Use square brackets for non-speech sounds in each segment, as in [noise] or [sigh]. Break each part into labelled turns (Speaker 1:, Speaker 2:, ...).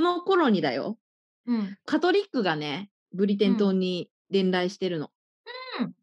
Speaker 1: のにだよ。
Speaker 2: うん。
Speaker 1: カトリックがね、ブリテン島に伝来してるの。
Speaker 2: うん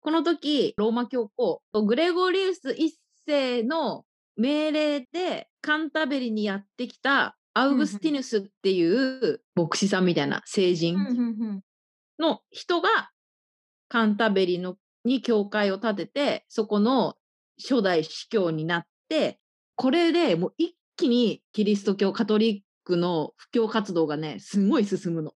Speaker 1: この時、ローマ教皇、グレゴリウス一世の命令でカンタベリにやってきたアウグスティヌスっていう牧師さんみたいな聖人
Speaker 2: うんうん
Speaker 1: の人がカンタベリのに教会を建てて、そこの初代司教になって、これでもう一気にキリスト教カトリックの布教活動がね、すごい進むの。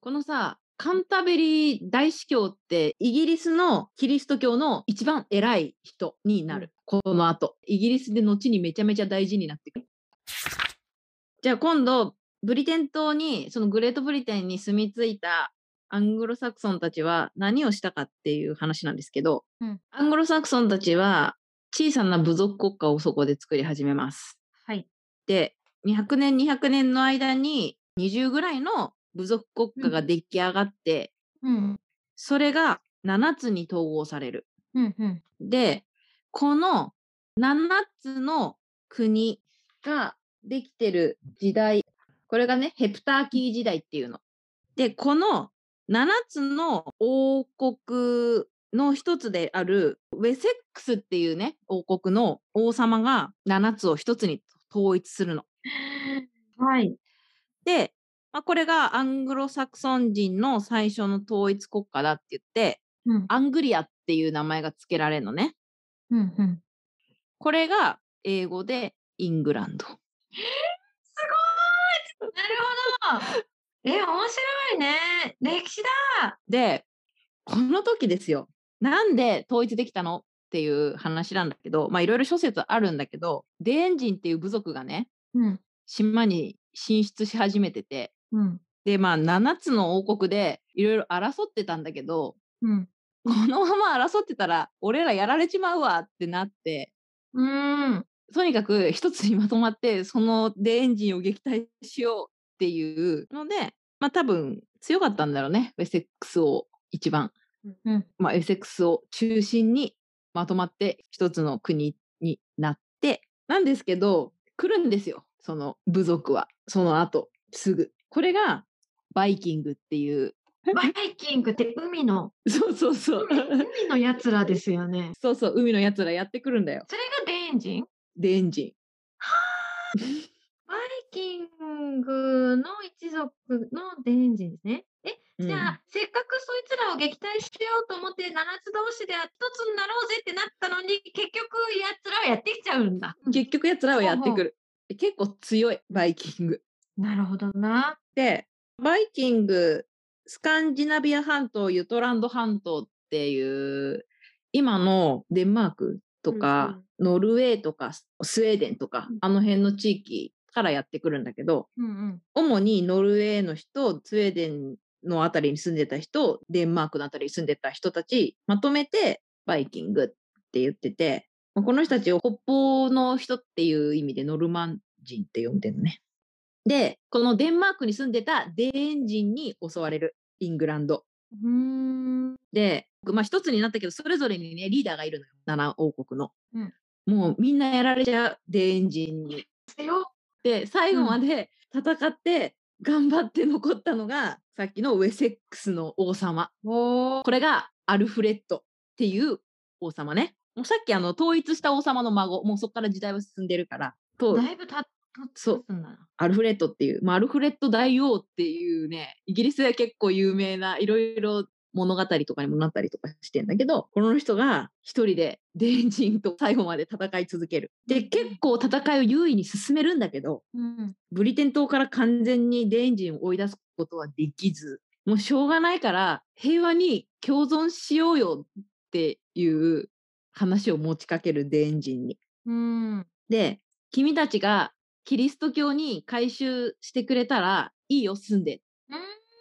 Speaker 1: このさ、カンタベリ大司教ってイギリスのキリスト教の一番偉い人になる。この後。イギリスで後にめちゃめちゃ大事になってくる。じゃあ今度、ブリテン島に、そのグレートブリテンに住み着いたアングロサクソンたちは何をしたかっていう話なんですけど、
Speaker 2: うん
Speaker 1: アングロサクソンたちは小さな部族国家をそこで作り始めます。
Speaker 2: はい。
Speaker 1: で、200年200年の間に20ぐらいの部族国家が出来上がって、
Speaker 2: うん。
Speaker 1: それが7つに統合される。
Speaker 2: うんうん。
Speaker 1: で、この7つの国ができてる時代、これがね、ヘプターキー時代っていうの。で、この7つの王国の一つであるウェセックスっていうね、王国の王様が7つを一つに統一するの。
Speaker 2: はい。
Speaker 1: で、まあ、これがアングロサクソン人の最初の統一国家だって言って、
Speaker 2: うん。
Speaker 1: アングリアっていう名前が付けられるのね。
Speaker 2: うんうん。
Speaker 1: これが英語でイングランド。
Speaker 2: なるほど。え、面白いね。歴史だ。
Speaker 1: で、この時ですよ。なんで統一できたのっていう話なんだけど、まあいろいろ諸説あるんだけど、デーン人っていう部族がね、
Speaker 2: うん。
Speaker 1: 島に進出し始めてて、
Speaker 2: うん。
Speaker 1: で、まあ7つの王国でいろいろ争ってたんだけど、
Speaker 2: うん。
Speaker 1: このまま争ってたら俺らやられちまうわってなって、
Speaker 2: うん。
Speaker 1: とにかく一つにまとまってそのでエンジンを撃退しようっていうのでまあ多分強かったんだろうねウェセックスを一番、
Speaker 2: うん。
Speaker 1: まあ、ウェセックスを中心にまとまって一つの国になってなんですけど来るんですよその部族はその後すぐこれがバイキングっていう
Speaker 2: バイキングって海の、
Speaker 1: そうそうそう
Speaker 2: 海のやつらですよね。
Speaker 1: そうそう海のやつらやってくるんだよ
Speaker 2: それがデーン人
Speaker 1: でエンジン
Speaker 2: バイキングの一族のデーン人ですね。え、じゃあ、せっかくそいつらを撃退しようと思って、七つ同士で一つになろうぜってなったのに、結局、やつらはやってきちゃうんだ。
Speaker 1: 結局やつらはやって
Speaker 2: ほうほ
Speaker 1: くる。結構強いバイキング。
Speaker 2: なるほどな。
Speaker 1: でバイキングスカンジナビア半島ユトランド半島っていう今のデンマークとか、ノルウェーとかススウェーデンとか、
Speaker 2: うん
Speaker 1: あの辺の地域からやってくるんだけど
Speaker 2: うんうん。
Speaker 1: 主にノルウェーの人スウェーデンのあたりに住んでた人デンマークのあたりに住んでた人たちまとめてバイキングって言っててまあこの人たちを北方の人っていう意味でノルマン人って呼んでるのね。でこのデンマークに住んでたデーン人に襲われるイングランド。
Speaker 2: うーん。
Speaker 1: で、まあ、一つになったけどそれぞれにねリーダーがいるのよ7王国の。
Speaker 2: うん
Speaker 1: もうみんなやられちゃうデーン人に。
Speaker 2: 強
Speaker 1: で最後
Speaker 2: うん
Speaker 1: まで戦って頑張って残ったのが、さっきのウェセックスの王様
Speaker 2: お
Speaker 1: これがアルフレッドっていう王様ねもうさっきあの統一した王様の孫もうそこから時代は進んでるからと
Speaker 2: だいぶたっ
Speaker 1: そう
Speaker 2: つんだな。
Speaker 1: アルフレッドっていう、まあ、アルフレッド大王っていうねイギリスでは結構有名ないろいろ物語とかにもなったりとかしてんだけどこの人が一人で [laughs] デンジンと最後まで戦い続けるで結構戦いを優位に進めるんだけど
Speaker 2: うん。
Speaker 1: ブリテン島から完全にデーン人を追い出すことはできず、もうしょうがないから平和に共存しようよっていう話を持ちかけるデーン人に。
Speaker 2: うん。
Speaker 1: で、君たちがキリスト教に改宗してくれたらいいよ、住んで。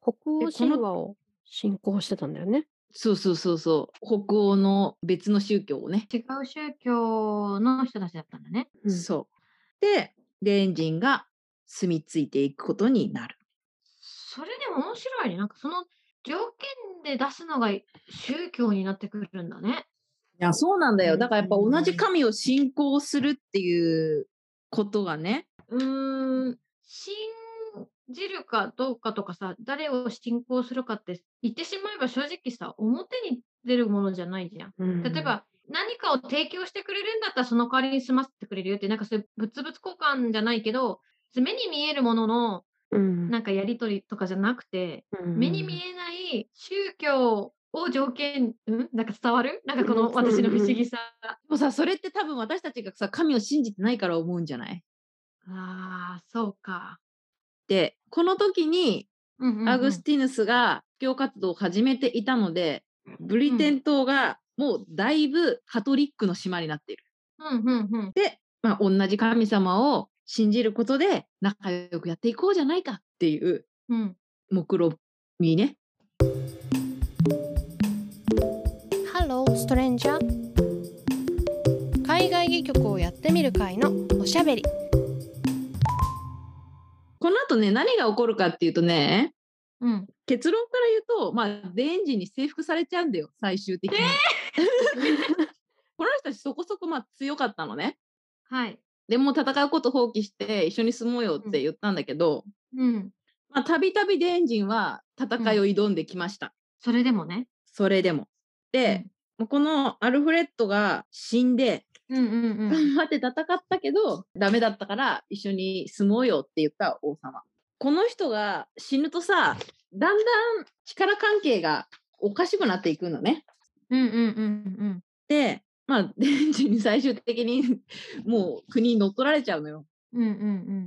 Speaker 3: 北欧
Speaker 1: えこの
Speaker 3: 神話を信仰してたんだよね。
Speaker 1: そうそうそうそう。北欧の別の宗教をね。
Speaker 2: 違う宗教の人たちだったんだね。
Speaker 3: うん
Speaker 1: そう。で、デーン人が住み着いていくことになる。
Speaker 2: それでも面白いね。なんかその条件で出すのが宗教になってくるんだね。
Speaker 1: いや、そうなんだよ。
Speaker 2: うん
Speaker 1: だからやっぱ同じ神を信仰するっていうことがね、
Speaker 2: うーん。信じるかどうかとかさ、誰を信仰するかって言ってしまえば正直さ、表に出るものじゃないじゃん。
Speaker 3: うん
Speaker 2: 例え、ば、何かを提供してくれるんだったらその代わりに済ませてくれるよって、なんかそういう物々交換じゃないけど、目に見えるものの
Speaker 3: うん
Speaker 2: なんかやり取りとかじゃなくて、目に見
Speaker 3: [laughs]
Speaker 2: えない宗教を条件、うん、なんか伝わるなんかこの私の不思議さ。
Speaker 1: もさ、それって多分私たちがさ、神を信じてないから思うんじゃない
Speaker 2: ああ、そうか。
Speaker 1: で、この時に
Speaker 2: うんうんうん
Speaker 1: アグスティヌスが布教活動を始めていたので、ブリテン島がもうだいぶカトリックの島になっている。
Speaker 2: うんうんうん。
Speaker 1: まあ、同じ神様を信じることで仲良くやっていこうじゃないかっていう
Speaker 2: うん。
Speaker 1: 目論見ね。
Speaker 4: Hello, Stranger 海外戯曲をやってみる会のおしゃべり
Speaker 1: この後ね、何が起こるかっていうとね、
Speaker 2: うん。
Speaker 1: 結論から言うと、まあ、デンジに征服されちゃうんだよ、最終的に。 [laughs] この人たちそこそこまあ強かったのね。
Speaker 2: はい。
Speaker 1: でもう戦うこと放棄して一緒に住もうよって言ったんだけど、
Speaker 2: うん。
Speaker 1: まあたびたびデンジンは戦いを挑んできました。
Speaker 2: それでもね。
Speaker 1: それでも。で、もうこのアルフレッドが死んで、
Speaker 2: うんうんうん。
Speaker 1: 頑張って戦ったけど、ダメだったから一緒に住もうよって言った王様。この人が死ぬとさ、だんだん力関係がおかしくなっていくのね。
Speaker 2: うんうんうん
Speaker 1: で、まあ、デ [laughs] ンジに最終的にもう国に乗っ取られちゃうのよ。
Speaker 2: うん。うんう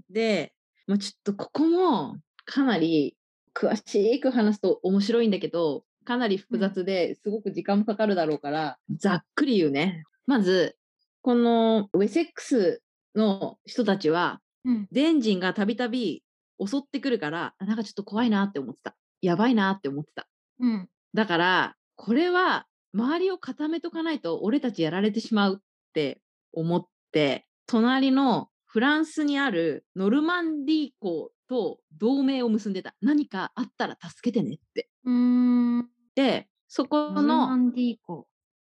Speaker 2: ん
Speaker 1: で、まあ、ちょっとここもかなり詳しく話すと面白いんだけどかなり複雑ですごく時間もかかるだろうから、ざっくり言うね。まずこのウェセックスの人たちは
Speaker 2: うん。うん。
Speaker 1: デンジンがたびたび襲ってくるからなんかちょっと怖いなって思ってたやばいなって思ってた
Speaker 2: うん。
Speaker 1: だからこれは周りを固めとかないと俺たちやられてしまうって思って隣のフランスにあるノルマンディー港と同盟を結んでた何かあったら助けてねって
Speaker 2: うーん。
Speaker 1: でそこ
Speaker 2: ノルマ
Speaker 1: の
Speaker 2: ンディーコ。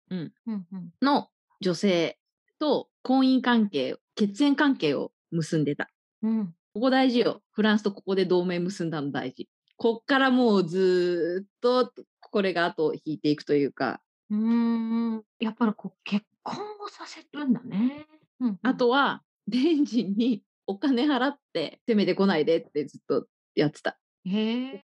Speaker 1: うん。
Speaker 2: うんうん。
Speaker 1: の女性と婚姻関係血縁関係を結んでた
Speaker 2: うん。
Speaker 1: ここ大事よフランスとここで同盟結んだの大事こっからもうずーっとこれが後を引いていくというか
Speaker 2: うーん。やっぱりこう、結婚をさせるんだね。うんうん
Speaker 1: あ、とは、 [laughs] デンジンにお金払って、攻めてこないでってずっとやってた。
Speaker 2: へえ。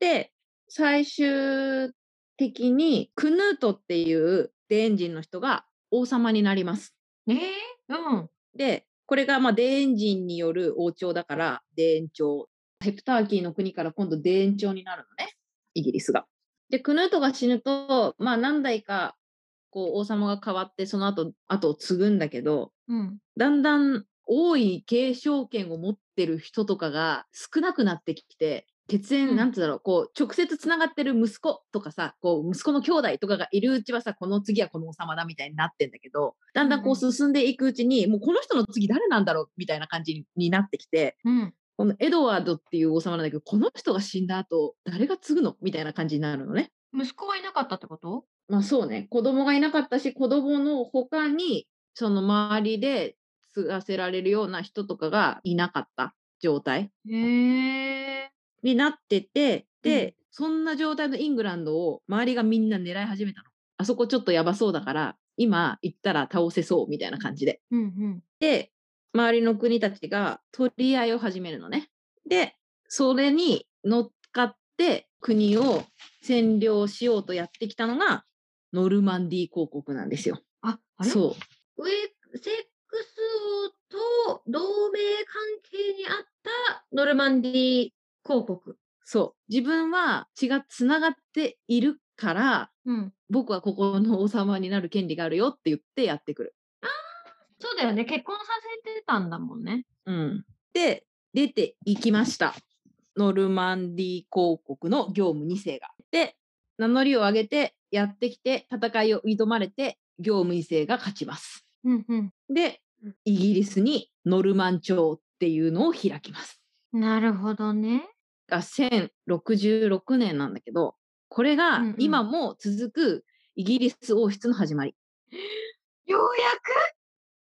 Speaker 1: で、最終的に、クヌートっていうデンジンの人が王様になります。
Speaker 2: ええうん。
Speaker 1: で、これがまあデンジンによる王朝だから、デン朝。ヘプターキーの国から今度デン朝になるのね、イギリスが。で、クヌートが死ぬと、まあ何代かこう王様が変わって、その後、後を継ぐんだけど、
Speaker 2: うん。
Speaker 1: だんだん王位継承権を持ってる人とかが少なくなってきて血縁、
Speaker 2: うん
Speaker 1: なんつうんだろうこう直接つながってる息子とかさこう息子の兄弟とかがいるうちはさこの次はこの王様だみたいになってんだけどだんだんこう
Speaker 2: うん
Speaker 1: 進んでいくうちに、もうこの人の次誰なんだろうみたいな感じになってきて
Speaker 2: うん。
Speaker 1: このエドワードっていう王様なんだけどこの人が死んだ後誰が継ぐのみたいな感じになるのね。
Speaker 2: 息子はいなかったってこと
Speaker 1: まあそうね、子供がいなかったし、子供の他に、その周りで継がせられるような人とかがいなかった状態
Speaker 2: へえ。
Speaker 1: になってて、で、
Speaker 2: う
Speaker 1: そんな状態のイングランドを周りがみんな狙い始めたの。あそこちょっとやばそうだから、今行ったら倒せそうみたいな感じで。
Speaker 2: うんうん。
Speaker 1: で、周りの国たちが取り合いを始めるのね。で、それに乗っかって国を占領しようとやってきたのが、ノルマンディー公国なんですよ。
Speaker 2: あ、あれ
Speaker 1: そう。
Speaker 2: ウェセックス王と同盟関係にあったノルマンディー公国。
Speaker 1: そう。自分は血がつながっているから、
Speaker 2: うん。
Speaker 1: 僕はここの王様になる権利があるよって言ってやってくる。
Speaker 2: そうだよね。結婚させてたんだもんね。
Speaker 1: うん。で、出ていきました。ノルマンディー公国の業務2世が。で、名乗りを上げてやってきて、戦いを挑まれて、業務2世が勝ちます。
Speaker 2: うんう
Speaker 1: で、イギリスにノルマン朝っていうのを開きます。
Speaker 2: ん。なるほどね。
Speaker 1: が1066年なんだけど、これが
Speaker 2: うんうん
Speaker 1: 今も続くイギリス王室の始まり。 [laughs]
Speaker 2: ようやく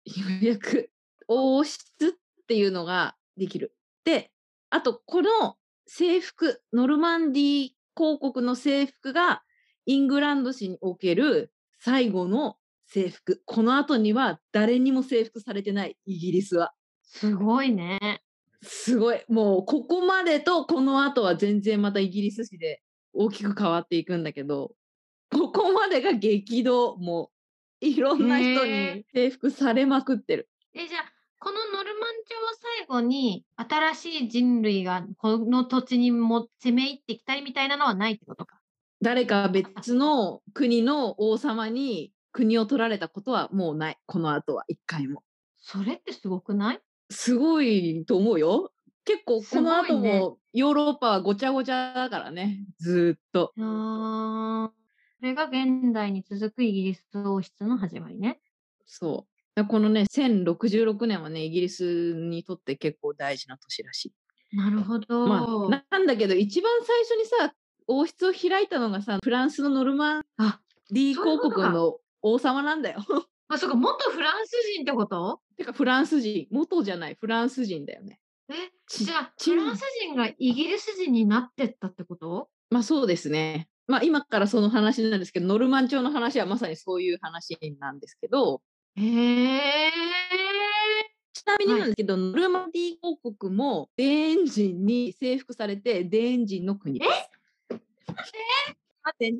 Speaker 1: ようやく王室っていうのができる。で、あと、この制服、ノルマンディー公国の制服が、イングランド史における最後の制服。この後には誰にも征服されてない、イギリスは。
Speaker 2: すごいね。
Speaker 1: すごい。もう、ここまでとこの後は全然またイギリス史で大きく変わっていくんだけど、ここまでが激動。もう、いろんな人
Speaker 2: へー
Speaker 1: に征服されまくってる。
Speaker 2: え、じゃあ、このノルマン朝を最後に、新しい人類がこの土地にも攻め入ってきたりみたいなのはないってことか。
Speaker 1: 誰か別の国の王様に国を取られたことはもうない。この後は一回も。
Speaker 2: それってすごくない
Speaker 1: すごいと思うよ。結構この
Speaker 2: す
Speaker 1: 後
Speaker 2: ごいね
Speaker 1: もヨーロッパはごちゃごちゃだからね。ずーっと。
Speaker 2: あーそれが現代に続くイギリス王室の始まりね。
Speaker 1: そう。だからこのね、1066年はね、イギリスにとって結構大事な年らしい。
Speaker 2: なるほど。
Speaker 1: まあ、なんだけど、一番最初にさ、王室を開いたのがさ、フランスのノルマン
Speaker 2: あ、
Speaker 1: D
Speaker 2: そういう
Speaker 1: 公
Speaker 2: ことか
Speaker 1: 国の王様なんだよ。 [laughs]
Speaker 2: まあ、そうか、元フランス人ってこと
Speaker 1: てか、フランス人。元じゃない、フランス人だよね。
Speaker 2: え、
Speaker 1: ち
Speaker 2: じゃあ、
Speaker 1: ち
Speaker 2: フランス人がイギリス人になってったってこと
Speaker 1: まあそうですね。まあ今からその話なんですけど、ノルマン朝の話はまさにそういう話なんですけど、
Speaker 2: へえ。
Speaker 1: ちなみに
Speaker 2: はい
Speaker 1: なんですけど、ノルマンディー王国もデーン人に征服されて、デーン人の国です。
Speaker 2: 待って、デン人っ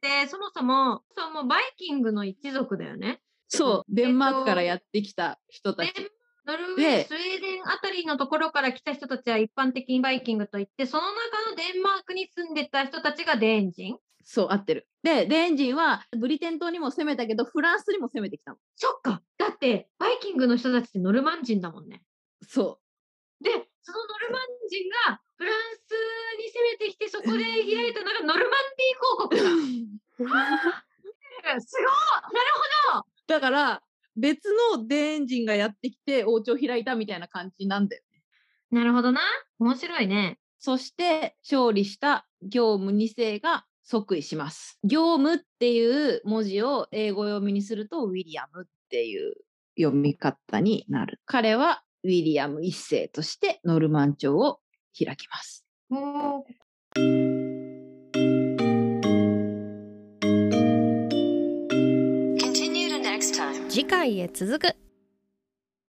Speaker 2: てそもそも、そうもうバイキングの一族だよね。
Speaker 1: そう、デンマークから
Speaker 2: えっと
Speaker 1: やってきた人たち。
Speaker 2: デンノルウェ
Speaker 1: で
Speaker 2: ー、スウェーデンあたりのところから来た人たちは一般的にバイキングといって、その中のデンマークに住んでた人たちがデーン人。
Speaker 1: そう、合ってる。で、デーン人はブリテン島にも攻めたけど、フランスにも攻めてきたの。
Speaker 2: そっか。だって、バイキングの人たちってノルマン人だもんね。
Speaker 1: そう。
Speaker 2: で、そのノルマン人がフランスに攻めてきて、そこで開いたのがノルマンディー公国だ。 [laughs] す
Speaker 1: だから、別のデーン人がやってきて、王朝開いたみたいな感じなんだよ
Speaker 2: ごいなるほどな。面白いね。
Speaker 1: そして勝利した業務2世が即位します。業務っていう文字を英語読みにするとウィリアムっていう読み方になる。彼はウィリアム1世としてノルマン朝を開きます。
Speaker 2: おー
Speaker 4: 次回へ続く